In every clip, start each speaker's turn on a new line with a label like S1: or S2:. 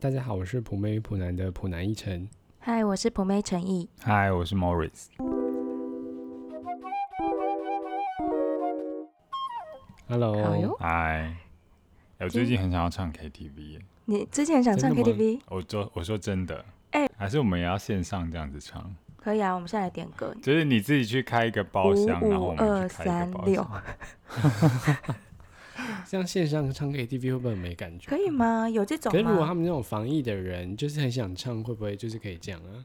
S1: 大家好，我是普妹与普南的普南一晨。
S2: 嗨，我是普妹陈毅。
S3: 嗨，我是 Morris。
S2: 好
S1: Hello，
S2: 哟，
S3: 嗨，哎我最近很想要唱 KTV，耶
S2: 你之前想唱
S1: 真的吗
S2: KTV
S3: 我说我说真的，
S2: 哎
S3: 还是我们也要线上这样子唱，
S2: 可以啊，我们现在来点歌。
S3: 就是你自己去开一个包厢，然后
S2: 五
S3: 我
S2: 五
S3: 们
S2: 二
S3: 去开一
S2: 三
S3: 个包
S2: 六，
S3: 厢。
S1: 像线上唱 KTV 会不会没感觉？
S2: 可以啊吗？有这种
S1: 嗯可是如果
S2: 吗
S1: 他？们那种防疫的人，就是很想唱，会不会就是可以这样啊？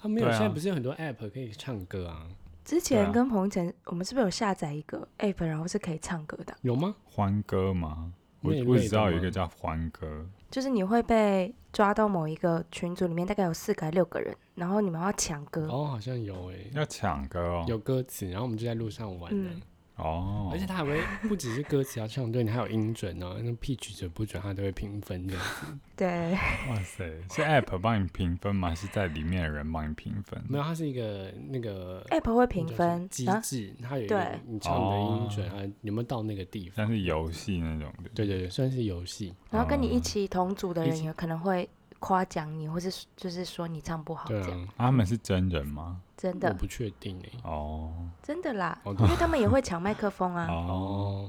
S1: 他没有，
S3: 对啊
S1: 现在不是有很多 App 可以唱歌啊？
S2: 之
S3: 对
S2: 前
S3: 啊
S2: 跟彭晨，我们是不是有下载一个 app，然后是可以唱歌的？
S1: 有吗？
S3: 欢歌吗？我
S1: 那一类的
S3: 我只知道有一
S1: 吗
S3: 个叫欢歌，
S2: 就是你会被抓到某一个群组里面，大概有四个还六个人，然后你们要抢
S3: 嗯
S2: 歌。
S1: 哦，好像有诶、
S3: 要抢歌哦。
S1: 有歌词，然后我们就在路上玩呢、
S2: 嗯
S3: 哦，
S1: 而且他还会不只是歌词要唱对，你还有音准哦，那 pitch 准不准，他都会评分 的。
S2: 对，
S3: 哇塞，是 App 帮你评分吗？还是在里面的人帮你评分？
S1: 没有，它是一个那个
S2: app 会评分
S1: 机
S2: 啊，
S1: 制，它有一个
S2: 对
S1: 你唱的音准啊，有没有到那个地方？
S3: 像哦是游戏那种的。
S1: 对对对，算是游戏。
S2: 然后跟你一起同组的
S1: 哦一
S2: 人
S1: 起
S2: 也可能会夸奖你，或是就是说你唱不好
S1: 对
S2: 这样，
S1: 啊，
S3: 啊他们是真人吗？
S2: 真
S1: 我
S2: 的
S1: 不确定哎、
S3: 哦
S2: 真的啦，
S1: 哦
S2: 因为他们也会抢麦克风啊。
S3: 哦，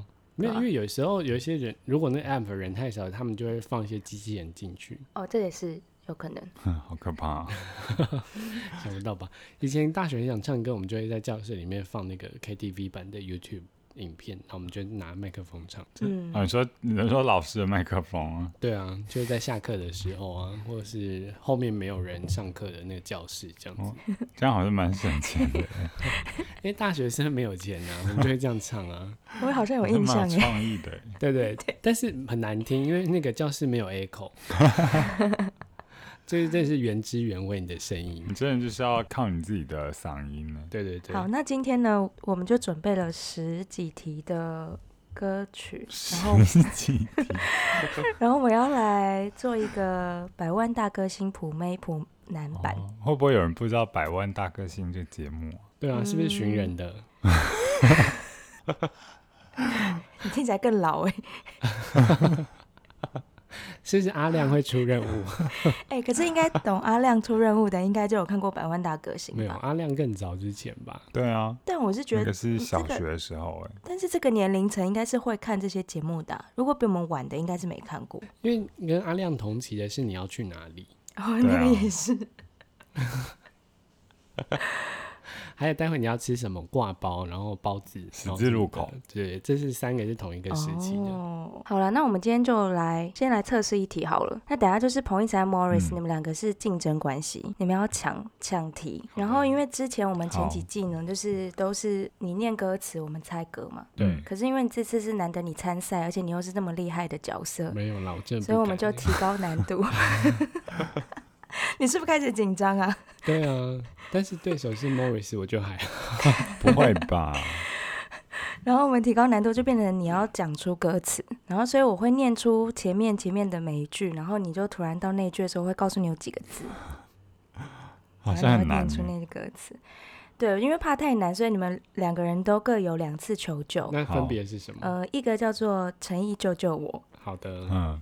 S1: 哦，没有，因为有时候有一些人，如果那 app 人太少，他们就会放一些机器人进去，
S2: 哦，这也是有可 能。
S3: 好可怕啊！
S1: 想不到吧？以前大学很想唱歌，我们就会在教室里面放那个 KTV 版的 YouTube 影片，然后我们就拿麦克风唱。
S2: 嗯
S3: 啊，，你说你说老师的麦克风啊？
S1: 对啊，就是在下课的时候啊，或者是后面没有人上课的那个教室这样子。
S3: 哦这样好像蛮省钱的，
S1: 因为大学生没有钱啊，我们就会这样唱啊。
S2: 我好像有
S3: 还是
S2: 印象
S3: 蛮有
S2: 哎。
S3: 创意的。
S1: 对 对，但是很难听，因为那个教室没有 echo，这这是原汁原味你的声音
S3: 你。真的就是要靠你自己的嗓 音呢。
S1: 对对对，
S2: 好，那今天呢，我们就准备了十几题的歌曲，然后
S3: 十几题
S2: 然后我们要来做一个百万大歌星普妹普男版，
S3: 哦会不会有人不知道《百万大歌星》这节目啊？
S1: 对
S2: 嗯
S1: 啊，是不是寻人的？
S2: 你听起来更老哎、
S1: 是不是阿亮会出任 务？
S2: 哎、可是应该懂阿亮出任务的，应该就有看过百万大歌星
S1: 没有，
S2: 吧？
S1: 阿亮更早之前吧。
S3: 对啊，
S2: 但我是觉
S3: 那
S2: 得
S3: 个，是小
S2: 这个
S3: 学的时 候哎。
S2: 但是这个年龄层应该是会看这些节目的啊、如果比我们晚的，应该是没看过。
S1: 因为跟阿亮同期的是你要去哪里？
S2: 哦，
S3: 对啊
S2: 那个也是，
S1: 还有待会你要吃什么挂包，然后包子，
S3: 十字路口
S1: 然后什么的。对，这是三个是同一个时期的。
S2: 哦，好了，那我们今天就来先来测试一题好了。那等下就是彭一才 Morris，、
S3: 嗯
S2: 你们两个是竞争关系，你们要抢抢题。然后因为之前我们前几季呢，就是都是你念歌词，我们猜歌嘛。
S1: 对，
S2: 可是因为这次是难得你参赛，而且你又是这么厉害的角色，
S1: 没有啦，我嗯真的不
S2: 所以我们
S1: 敢
S2: 就提高难度。 你是不是开始紧张啊？
S1: 对啊，但是对手是 Morris，我就还好。
S3: 不会 吧？
S2: 然后我们提高难度就变成你要讲出歌词，然后所以我会念出前面前面的每一句，然后你就突然到那一句的时候会告诉你有几个字，
S1: 哦
S3: 好
S2: 然
S3: 像
S2: 后你
S3: 很
S2: 会
S3: 难
S2: 念出
S3: 欸。
S2: 那个歌词。对，因为怕太难，所以你们两个人都各有两次求救。
S1: 那分
S3: 好
S1: 别是什么？
S2: 呃，一个叫做陈毅救 救我，
S1: 好的，
S3: 嗯，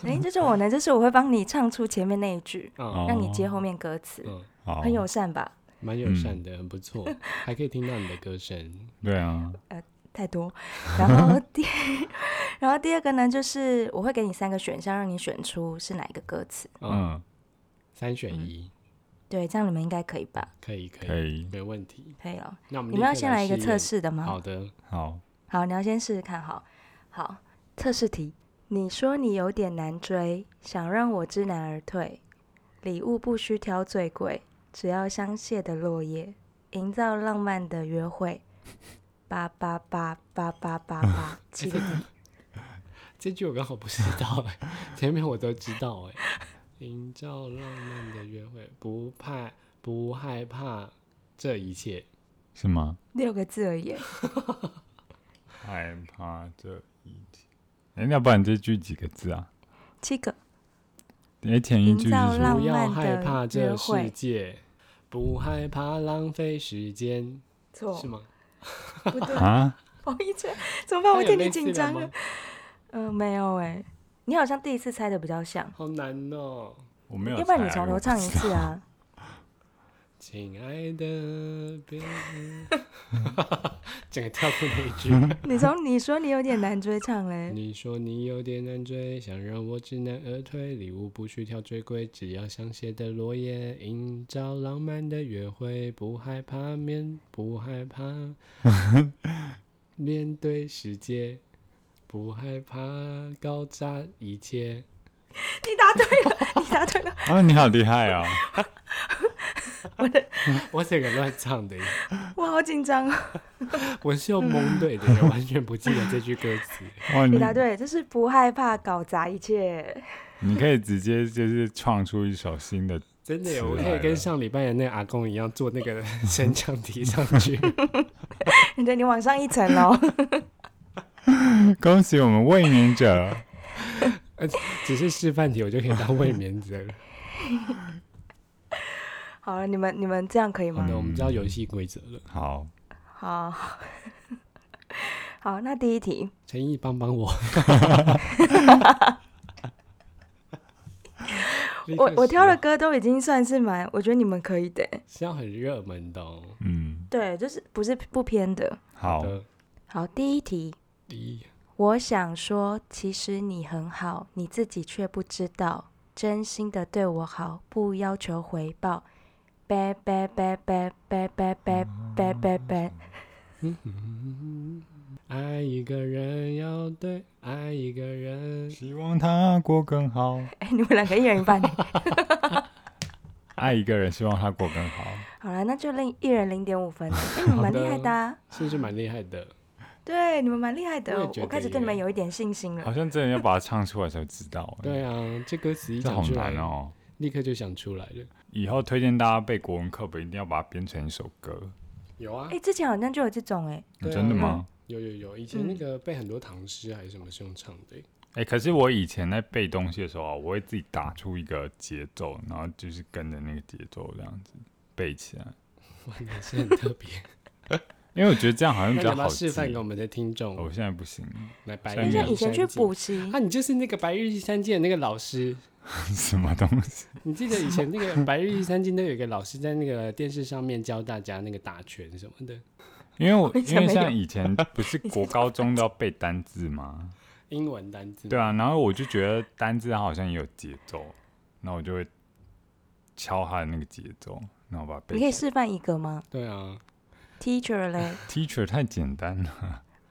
S2: 陈毅救救我呢，就是我会帮你唱出前面那一句，
S1: 哦，
S2: 让你接后面歌词，
S1: 嗯，
S3: 好
S2: 很友善吧？
S1: 蛮友善的，很不错，还可以听到你的歌声。
S3: 对啊，
S2: 太多。然 后第，然后第二个呢，就是我会给你三个选项，让你选出是哪一个歌词。
S1: 嗯，
S3: 嗯，
S1: 三选一，
S2: 对，这样你们应该可以吧？
S1: 可以可
S3: 可
S1: 以，
S3: 以，
S1: 没问题。
S2: 可以了。
S1: 那我们
S2: 你们要
S1: 立刻
S2: 先来一个
S1: 试
S2: 测
S1: 验。
S2: 试的吗？
S1: 好的，
S3: 好，
S2: 好，你要先试试看。好，好，测试题。你说你有点难追，想让我知难而退。礼物不需挑最贵，只要香榭的落叶，营造浪漫的约会。八八八八八八八七个字。
S1: 这句我刚好不知道哎，前面我都知道哎。 营造浪漫的约会，不怕不害怕这一切。
S3: 是吗？
S2: 六个字而已。
S3: 害怕这一切。哎，那不然这句几个字啊？
S2: 七个。
S3: 哎，前一句是
S2: 营造
S3: 什么
S2: 浪
S1: 不要
S2: 漫
S1: 害
S2: 的
S1: 怕这
S2: 约
S1: 世
S2: 会
S1: 界，不害怕浪费时间，
S2: 错
S1: 是，吗？
S2: 不对，
S3: 啊？
S2: 王一晨，怎么办？我
S1: 它有
S2: 替你
S1: 类似
S2: 紧
S1: 的
S2: 张啊
S1: 吗
S2: 了。呃，没有哎、你好像第一次猜的比较像，
S1: 好难哦。
S3: 我没有猜啊。
S2: 要不然你从头
S3: 我
S2: 唱一次啊。
S1: 亲爱的，别 整个跳过那一句。
S2: 你从你说你有点难追唱嘞，
S1: 你说你有点难追，想让我知难而退。礼物不需挑最贵，只要香榭的落叶，营造浪漫的约会，不害怕面，不害怕面对世界，不害怕高炸一切。
S2: 你答对了，你答对了，
S3: 啊，你好厉害哦！
S1: 我整个乱唱的耶，
S2: 我好紧张哦。
S1: 我是用蒙对的耶，完全不记得这句歌词。
S3: 哇，
S2: 你
S3: 你
S2: 答对了，就是不害怕搞砸一切。
S3: 你可以直接就是创出一首新的，
S1: 真的耶，
S3: 词
S1: 我可
S3: 来
S1: 以跟
S3: 了
S1: 上礼拜的那个阿公一样做那 个升降梯上去。
S2: 你对你往上一层哦 喽。
S3: 恭喜我们卫冕者。
S1: 只是示范题，我就可以当卫冕者了。
S2: 好了，你们你们这样可以
S1: 好
S2: 吗？
S1: 的，我们知道游戏规则了。
S3: 好，
S2: 好， 好，那第一题，
S1: 陈毅，帮帮 我！立刻
S2: 我我挑的
S1: 使
S2: 歌都已经算是蛮，我觉得你们可以的。
S1: 用是要很热门的哦。
S3: 嗯，
S2: 对，就是不是不偏的。
S3: 好，
S1: 的，
S2: 好，第一题，
S1: 第一，
S2: 我想说，其实你很好，你自己却不知道，真心的对我好，不要求回报。拜拜拜拜拜拜拜拜拜拜，
S1: 爱一个人要对，爱一个人。
S3: 希望他过更好，
S2: 哎， 你们两个一人 一半。
S3: 爱一个人，希望他过更好。
S2: 好了，那就另一人零点 五分。哎，你们蛮厉害的啊，
S1: 是不是蛮厉害的？
S2: 对，你们蛮厉害的
S1: 我也
S2: 哦。
S1: 觉
S2: 我开
S1: 得
S2: 始对你们
S1: 耶
S2: 有一点信心了
S3: 好。像真的要把它唱出来才知道。欸
S1: 对，啊，这歌词一
S3: 这
S1: 讲
S3: 好
S1: 出来
S3: 难，哦。
S1: 立刻就想出来了。
S3: 以后推荐大家背国文课本，一定要把它编成一首歌。
S1: 有啊
S2: 哎、，之前好像就有这种哎、
S1: 对啊
S3: 真的吗？
S1: 有有有，以
S2: 嗯
S1: 前那个背很多唐诗还是什么是用唱的欸，
S3: 哎、可是我以前在背东西的时候啊，我会自己打出一个节奏，然后就是跟着那个节奏这样子背起来，
S1: 哇， 你是很特别。
S3: 因为我觉得这样好
S1: 那
S3: 像
S1: 你
S3: 比较
S1: 要不要
S3: 好记哦
S1: 示。范给我们的听众？
S3: 我现在不行，
S1: 来白
S3: 像
S1: 日
S2: 就像
S3: 你
S2: 以前去
S1: 山记
S2: 补习，
S1: 啊，你就是那个《白日依山尽》的那个老师，
S3: 什么东西？
S1: 你记得以前那个《白日依山尽》都有一个老师在那个电视上面教大家那个打拳什么的，
S3: 因为我
S2: 为什
S3: 因
S2: 么
S3: 为像以前不是国高中都要背单字 吗？
S1: 英文单字。
S3: 对，啊，然后我就觉得单字它好像也有节奏，那我就会敲它的那个节奏，然后把它背
S2: 你可
S3: 起来。
S2: 以示范一个吗
S1: 对啊，
S2: ？Teacher 嘞，
S3: Teacher 太简单了，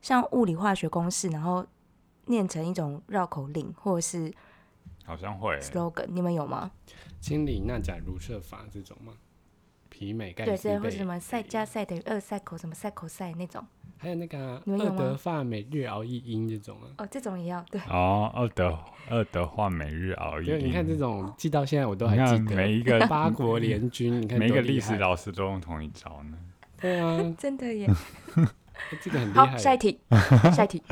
S2: 像物理化学公式，然后念成一种绕口令或者是
S3: 好像会
S2: slogan，你们有吗？
S1: 清理那假如设法这种吗？皮美盖
S2: 对，
S1: 斯
S2: 这或
S1: 贝
S2: 者什么赛加赛等于二赛口什么赛口赛那种，
S1: 还有那个啊
S2: 你们有
S1: 二
S2: 吗
S1: 德法美日熬一音这种啊。
S2: 哦，这种也要 对。
S3: 哦，二德二德话每日熬
S1: 因
S3: 夜，
S1: 为你看这种记到现在我都还
S3: 你看
S1: 记得，
S3: 每一个
S1: 八 国联军，你看
S3: 每一
S1: 多
S3: 个
S1: 厉
S3: 历史
S1: 害
S3: 老师都用同一招呢。
S1: 对啊，
S2: 真的耶！
S1: 这个很厉
S2: 好，
S1: 害。
S2: 下 一题，下一题。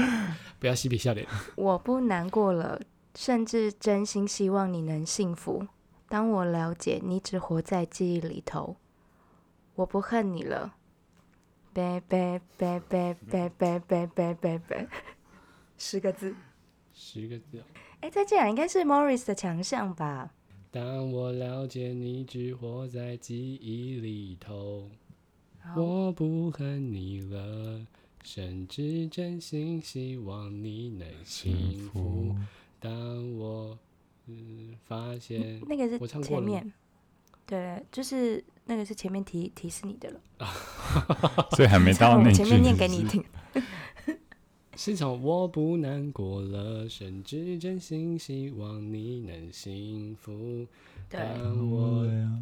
S1: 不要嬉皮笑脸。
S2: 我不难过了，甚至真心希望你能幸福。当我了解你只活在记忆里头，我不恨你了。拜拜拜拜拜拜拜拜拜拜，十个字。
S1: 十个字、哦。
S2: 哎，再见啊，应该是 Morris 的强项吧？
S1: 当我了解你只活在记忆里头，
S2: 好
S1: 我不恨你了，甚至真心希望你能幸福。当我嗯发现
S2: 那个是
S1: 我唱过
S2: 前
S1: 了吗
S2: 面，对，就是那个是前面提提示你的了。
S3: 所以还没到那
S2: 我
S3: 句。
S2: 前面念给
S3: 是
S2: 你
S3: 不是。
S2: 听。
S1: 是从我不难过了，甚至真心希望你能幸福。
S2: 对，
S1: 当我
S2: 了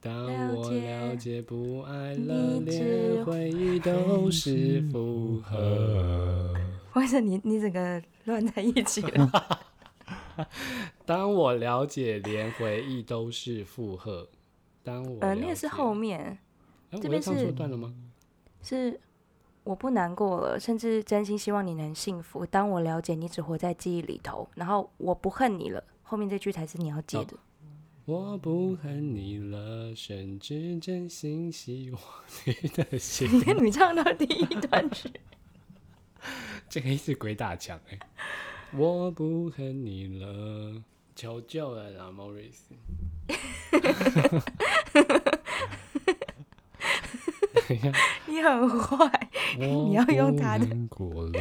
S1: 当我
S2: 解
S1: 了解不爱
S2: 你
S1: 了，
S2: 只
S1: 连回忆都是负荷。
S2: 或者你你整个乱在一起了。
S1: 当我了解，连回忆都是负荷。当我
S2: 呃，
S1: 了
S2: 那个是
S1: 解
S2: 后面，
S1: 哎
S2: 这
S1: 我
S2: 边
S1: 又唱
S2: 是
S1: 错段了吗？
S2: 是我不难过了，甚至真心希望你能幸福。当我了解你只活在记忆里头，然后我不恨你了，后面这句才是你要接
S1: 哦
S2: 的。
S1: 我不恨你了，甚至真心希望你的心。
S2: 你唱到第一段去，
S1: 这个是鬼打墙 哎、我不恨你了，求救了啦，Morris。等一下，
S2: 你很 坏。
S1: 我
S2: 你要用他的
S1: 不难过了，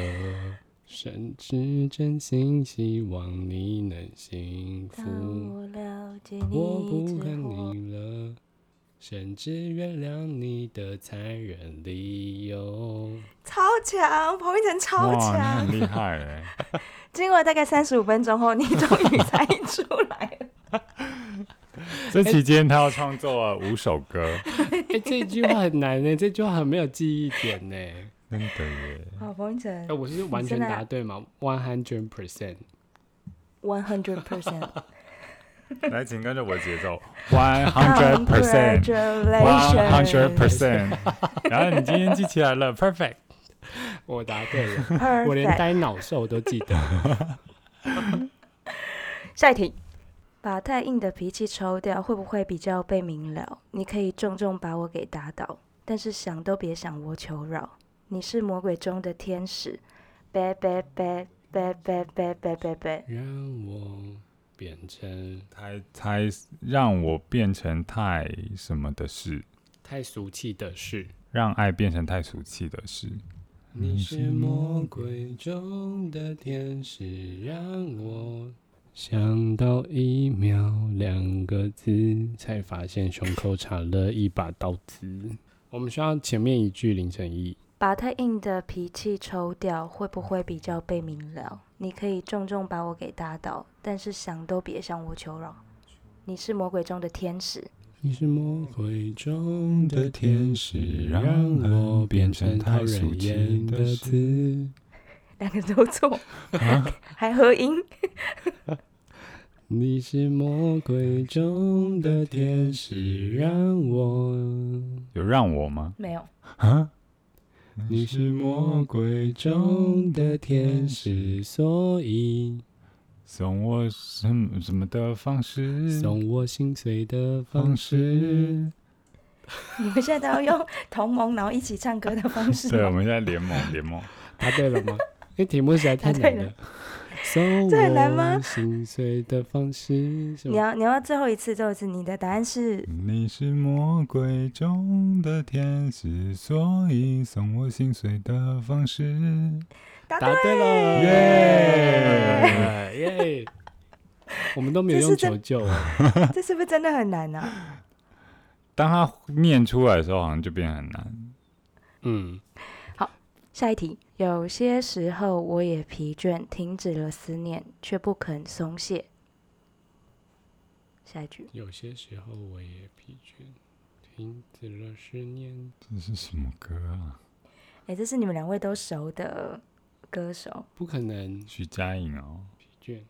S1: 甚至真心希望你能幸
S2: 当
S1: 福。
S2: 我了解
S1: 我
S2: 你
S1: 不
S2: 之
S1: 恨
S2: 后，
S1: 你了，甚至原谅你的残忍理由。
S2: 超强，彭昱晨超
S3: 哇，你
S2: 强。
S3: 很厉害哎、
S2: 经过大概三十五分钟后，你终于猜出来 了。
S3: 这期间他要创作了五首歌，
S1: 哎、这句话很难呢、欸 这句话很没有记忆点呢、
S3: 真的耶！
S2: 好，哦彭昱晨
S1: 哎、我是完全
S2: 真的
S1: 答对嘛？One hundred percent。
S2: ，one hundred percent。
S3: 来，请跟着我节奏，one hundred percent。One hundred
S2: Congratulations.
S3: percent，然后你今天记起来了，perfect。
S1: 我答对了，我连
S2: Perfect.
S1: 呆脑兽都记 得。
S2: 下一题，把太硬的脾气抽掉，会不会比较被明了？你可以重重把我给打倒，但是想都别想我求饶。你是魔鬼中的天使，拜拜拜拜拜拜拜拜拜。
S1: 让我变成
S3: 才才让我变成太什么的事，
S1: 太俗气的事。
S3: 让爱变成太俗气的事。
S1: 你是魔鬼中的天使，让我想到一秒两个字，才发现胸口插了一把刀子。我们需要前面一句凌晨一，
S2: 把太硬的脾气抽掉，会不会比较被明了？你可以重重把我给打倒，但是想都别想我求饶。你是魔鬼中的天使，
S1: 你是魔鬼中的天使，让我变成讨人厌的字。
S2: 两个都错，
S3: 啊
S2: 还合音。
S1: 你是魔鬼中的天使，让我
S3: 有让我吗？
S2: 没有，
S1: 你是魔鬼中的天使，所以
S3: 送我什么什么的方式？
S1: 送我心碎的方
S3: 方
S1: 式。
S3: 式？
S2: 你们现在都要用同盟，然后一起唱歌的方式
S3: 对，我啊
S2: 吗，
S3: 们现在联盟联盟。
S1: 答对了 吗？因为题目实在太
S2: 答对
S1: 难
S2: 了
S1: 了。送
S2: 这很难
S1: 我
S2: 吗
S1: 心碎的方式是
S2: 你
S1: 吗？
S2: 要你要最后一次，最后一次，你的答案是
S3: 你是魔鬼中的天使，所以送我心碎的方式。
S2: 答
S1: 答对了，耶 耶！我们都没有
S2: 这
S1: 用
S2: 是
S1: 求
S2: 真
S1: 救啊，
S2: 这是不是真的很难啊？
S3: 当他念出来的时候，好像就变很难。
S1: 嗯，
S2: 下一题，有些时候我也疲倦，停止了思念，却不肯松懈。下一句，
S1: 有些时候我也疲倦，停止了思念，
S3: 这是什么歌啊？
S2: 哎，这是你们两位都熟的歌手，
S1: 不可能
S3: 徐佳莹哦，
S1: 疲倦。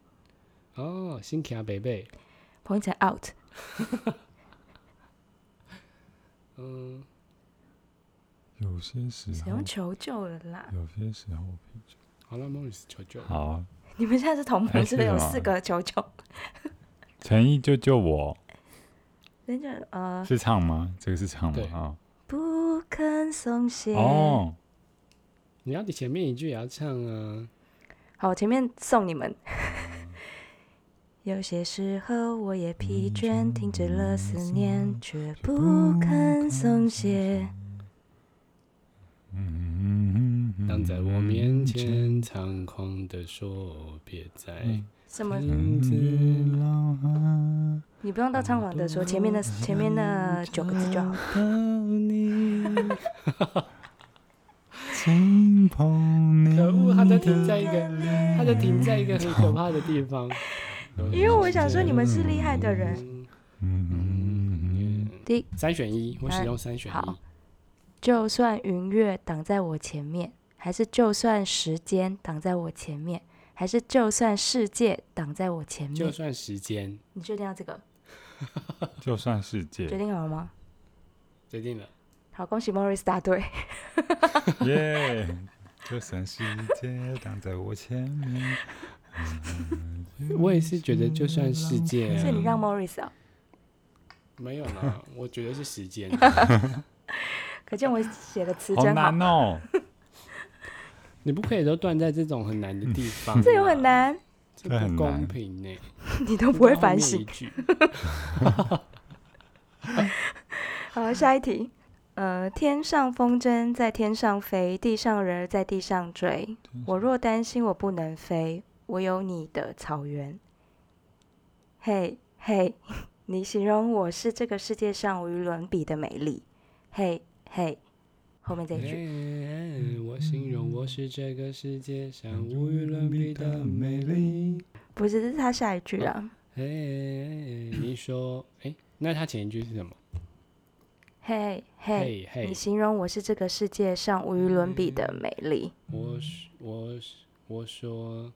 S1: 哦，新卡北贝，
S2: 彭昱晨 out。
S1: 嗯，
S3: 有些时
S2: 使
S3: 候
S2: 用，求救了啦！
S3: 有些时候疲倦。
S1: 好了，Morris 求救。
S3: 好，
S2: 你们现在是同
S3: 哎
S2: 盟，是不是有
S3: 是吗
S2: 四个求救？
S3: 陈毅救救我，
S2: 人家呃
S3: 是唱吗？这个是唱吗
S1: 对？
S3: 啊，
S2: 不肯松懈。
S3: 哦，
S1: 你要你前面一句也要唱啊，
S2: 好，我前面送你们。嗯有些时候我也疲倦，停止了思念，却不肯松懈。
S3: 嗯嗯
S1: 当在我面，前猖狂的说别再
S3: 嗯
S2: 什么？
S1: 停止了
S2: 你不用到仓皇的说，前面的前面那九个字就好。
S1: 你，
S3: 轻捧你
S1: 可恶，他都停在一
S3: 的
S1: 个，他都停在一个很可怕的地方。
S2: 因为我想说你们是厉害的人。
S1: 嗯
S3: 嗯，
S2: 第一，
S1: 三选一，我使用三选
S2: 好
S1: 一。
S2: 就算云月挡在我前面，还是就算时间挡在我前面，还是就算世界挡在我前
S1: 就
S2: 面？
S1: 算时间
S2: 你确定要这个？
S3: 就算世
S2: 决
S3: 界，
S2: 定好了吗？
S1: 决定了，
S2: 好，恭喜 Morris 答对。
S3: 耶！就算世界挡在我前面，
S1: 我也是觉得就算世界
S2: 所以你让 Morris 啊，
S1: 没有啦，我觉得是时间。
S2: 可见我写的词
S3: 好
S2: 真好
S3: 难。哦。
S1: 你不可以都断在这种很难的地方啊，
S2: 这有很难，
S1: 这
S3: 这很
S1: 不公
S3: 难
S1: 平呢、
S2: 你都 不会
S1: 知道后
S2: 反
S1: 面
S2: 省
S1: 一。句。
S2: 好，下一题。呃，天上风筝在天上飞，地上人儿在地上追。我若担心我不能飞，我有你的草原。嘿嘿， 你形容我是这个世界上无与伦比的美丽。嘿嘿，后面这一句，
S1: 哎我形容我是这个世界上无与伦比的美丽。
S2: 不是，这是他下一句啊。
S1: 哎，你说，哎，那他前一句是什么？
S2: 嘿嘿，
S1: 嘿
S2: 你
S1: 嘿，
S2: 形容我是这个世界上无与伦比的美丽。
S1: 我是我是我说，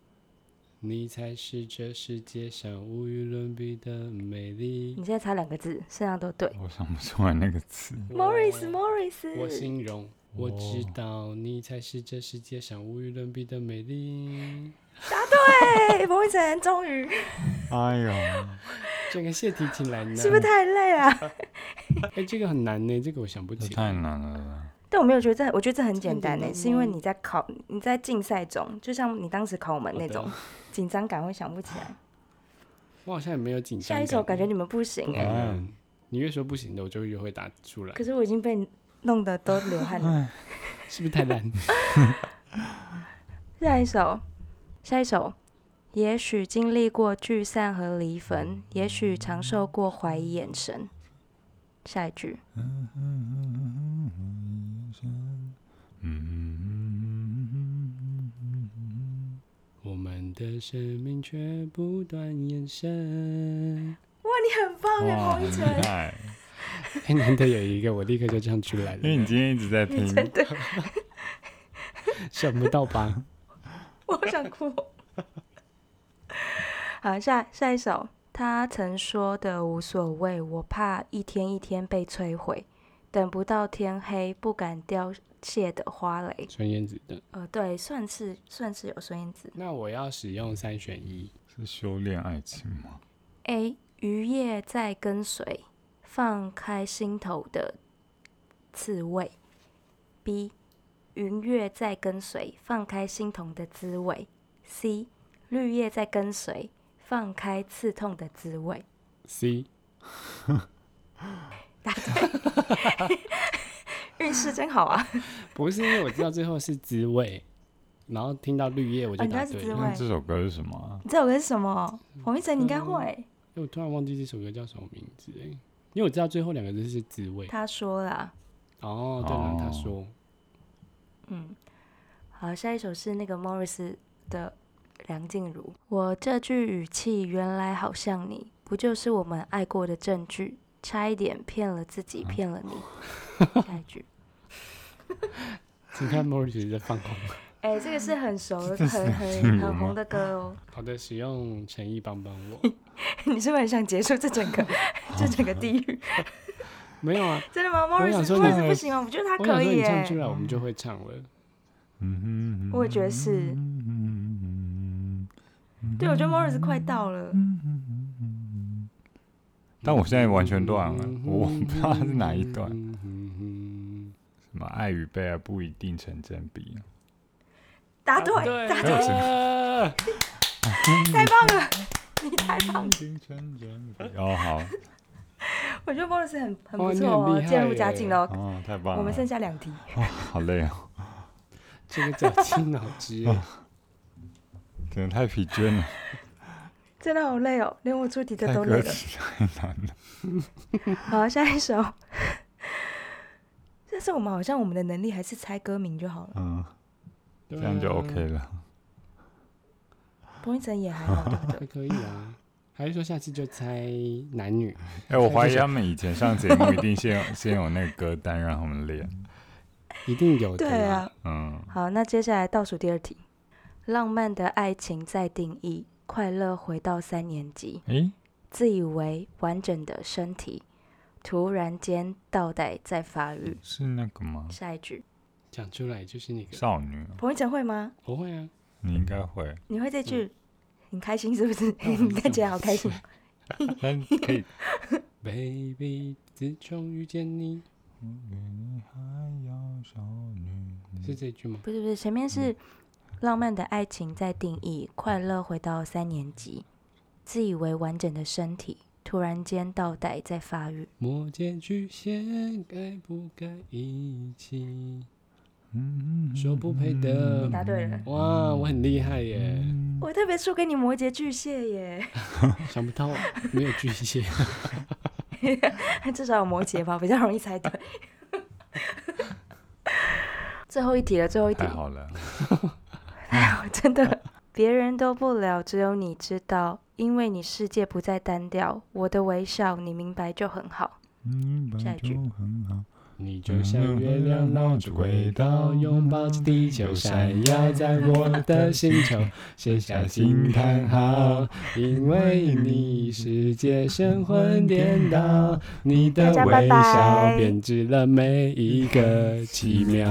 S1: 你才是这世界上无与伦比的美丽
S2: 你。现在差两个字，剩下都对。
S3: 我想不出来那个词。
S1: 我
S2: Morris，Morris，
S1: 我形容，我知
S3: 哦
S1: 道你才是这世界上无与伦比的美 丽。
S2: 对，哎彭昱晨终
S1: 嗯
S2: 于。
S3: 哎呀，
S1: 这个泄题挺难的，
S2: 是不是太累了？
S1: 哎，这个很难呢，这个我想不
S3: 这
S1: 起来。
S3: 太难了啦。
S2: 但我没有觉得这，我觉得这很简单
S1: 这
S2: 呢，
S1: 很简单吗
S2: 是因为你在考，你在竞赛中，就像你当时考我们那种
S1: 好的
S2: 紧张感会想 不起来。
S1: 我好像也没有紧张。嗯
S2: 下一首感觉你们不行
S1: 不可
S2: 哎，
S3: 啊
S1: 能，你越说不行的，我就越会答出来
S2: 可。是我已经被你弄得都流汗了。
S1: 是不是太 烂？
S2: 下一首，下一首。也许经历过聚散和离分，也许尝受过怀疑眼神。下一句，
S1: 我们的生命却不断延 伸。
S2: 你很棒
S1: 欸
S2: 哎，
S3: 哇，
S2: 彭昱
S3: 很
S2: 晨
S3: 厉，害！
S1: 哎，难得有一个，我立刻就唱出来
S3: 因为你
S1: 了，
S3: 今天一直在听，
S2: 真的，
S1: 想不到吧？
S2: 我好想哭。好，下下一首，他曾说的无所谓，我怕一天一天被摧毁，等不到天黑，不敢凋谢的花蕾。
S1: 孙燕姿的。
S2: 呃，对，算是算是有孙燕姿。
S1: 那我要使用三选一，
S3: 是修炼爱情吗？
S2: A 渔业在跟随，放开心头的刺猬。B 云月在跟随，放开心头的滋味。C 绿叶在跟随，放开刺痛的滋味。
S1: C
S2: 运势真好啊！
S1: 不是因为我知道最后是滋味，然后听到绿叶我就
S2: 哦你知道
S1: 答
S2: 是
S1: 对
S2: 滋
S1: 了
S2: 味。
S3: 那这首歌是什么啊？
S2: 你知道我是什么？黄明哲，你应该会。
S1: 因为我突然忘记这首歌叫什么名字哎，因为我知道最后两个字是滋味。
S2: 他说啦，
S1: 哦，对了，他
S3: 哦
S1: 说
S2: 嗯，好，下一首是那个 Morris 的《梁静茹》。我这句语气原来好像你，不就是我们爱过的证据？差一点骗了自
S1: 嗯
S2: 己，骗 了你。下一句，
S1: 请看 Morris 在放空。
S2: 哎、这个是 很熟、很很很红的歌哦。
S1: 好的，使用诚意帮帮我。
S2: 你是不是很想结束这整 个这整个地狱？
S1: 没有啊，
S2: 真的吗
S1: 我想
S2: ？Morris
S1: 说
S2: Morris
S1: 你
S2: 不行吗？我觉得他
S1: 我想
S2: 可
S1: 说
S2: 以
S1: 你
S2: 耶、
S1: 唱出来，我们就会唱了。
S3: 嗯
S2: 我也觉得是。对，我觉得 Morris 快到了。
S1: 嗯
S3: 但我现在 完全乱了，我不知道它是哪一段。
S1: 嗯哼 哼
S3: 什么爱与被爱不一定成正比啊。
S2: 答啊
S1: 啊
S2: 对，答对，
S1: 了，
S2: 太棒了，你太棒了。
S3: 哦， 好，
S2: 我觉得 Morris 很很
S1: 哇
S2: 不
S1: 你
S2: 错
S1: 很
S2: 哦，
S1: 厉害
S2: 渐入佳境了。
S3: 哦，太棒了。
S2: 我们剩下两题，
S3: 哦，好累哦，
S1: 这个绞尽脑汁耶。
S3: 真的太疲倦了，
S2: 真的好累哦，连我出题的
S3: 太
S2: 都累
S3: 歌
S2: 了。
S3: 词太难了。
S2: 好，下一首。但是我们好像我们的能力还是猜歌名就好了，
S3: 嗯，
S1: 这
S3: 这样就 OK 了。
S2: 彭昱晨也还好，对不对？
S1: 还可以啊。还是说下次就猜男女？
S3: 哎、我怀疑他们以前上节目一定先有先有那个歌单让他们练。
S1: 一定有的。
S2: 对啊。。
S3: 嗯，
S2: 好，那接下来倒数第二题。浪漫的爱情再定义，快乐回到三年级，
S3: 诶，
S2: 自以为完整的身体，突然间倒带在发育。
S3: 是那个吗？
S2: 下一句，
S1: 讲出来就是那个，
S3: 少女，
S2: 彭昱晨会吗？
S1: 不会啊，
S3: 你应该会，
S2: 你会这句？你开心是不是？
S1: 我很
S2: 你看起来好开心。
S3: 但可以。
S1: Baby，自从遇见你，
S3: 你还要少女，
S1: 是这句吗？
S2: 不是不是，前面是浪漫的爱情在定义，快乐回到三年级，自以为完整的身体，突然间倒带在发育。
S1: 摩羯巨蟹该不该一起？
S3: 嗯
S1: 说不配的
S2: 你答对了，
S1: 哇，我很厉害耶！
S3: 嗯
S2: 我特别输给你摩羯巨蟹耶，
S1: 想不到没有巨 蟹，
S2: 至少有摩羯吧，比较容易猜对。 最后一题了，最后一题
S3: 太，好了，
S2: 真的，别人都不了，只有你知道，因为你世界不再单调，我的微笑你明白就很好。
S3: 嗯，
S2: 下一句
S3: 就很好。
S1: 你就像月亮绕着轨道，拥抱着地球，闪耀在我的星球，写下惊叹号，因为你世界神魂颠倒，你的
S2: 大家拜
S1: 微
S2: 拜
S1: 笑编织了每一个 奇妙。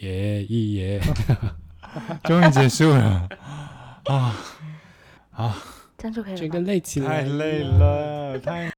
S1: 耶一 耶，
S3: 终于结束 了，
S2: 这样就可以了
S1: 这
S2: 吧
S1: 个累起来，
S3: 太累。了，太。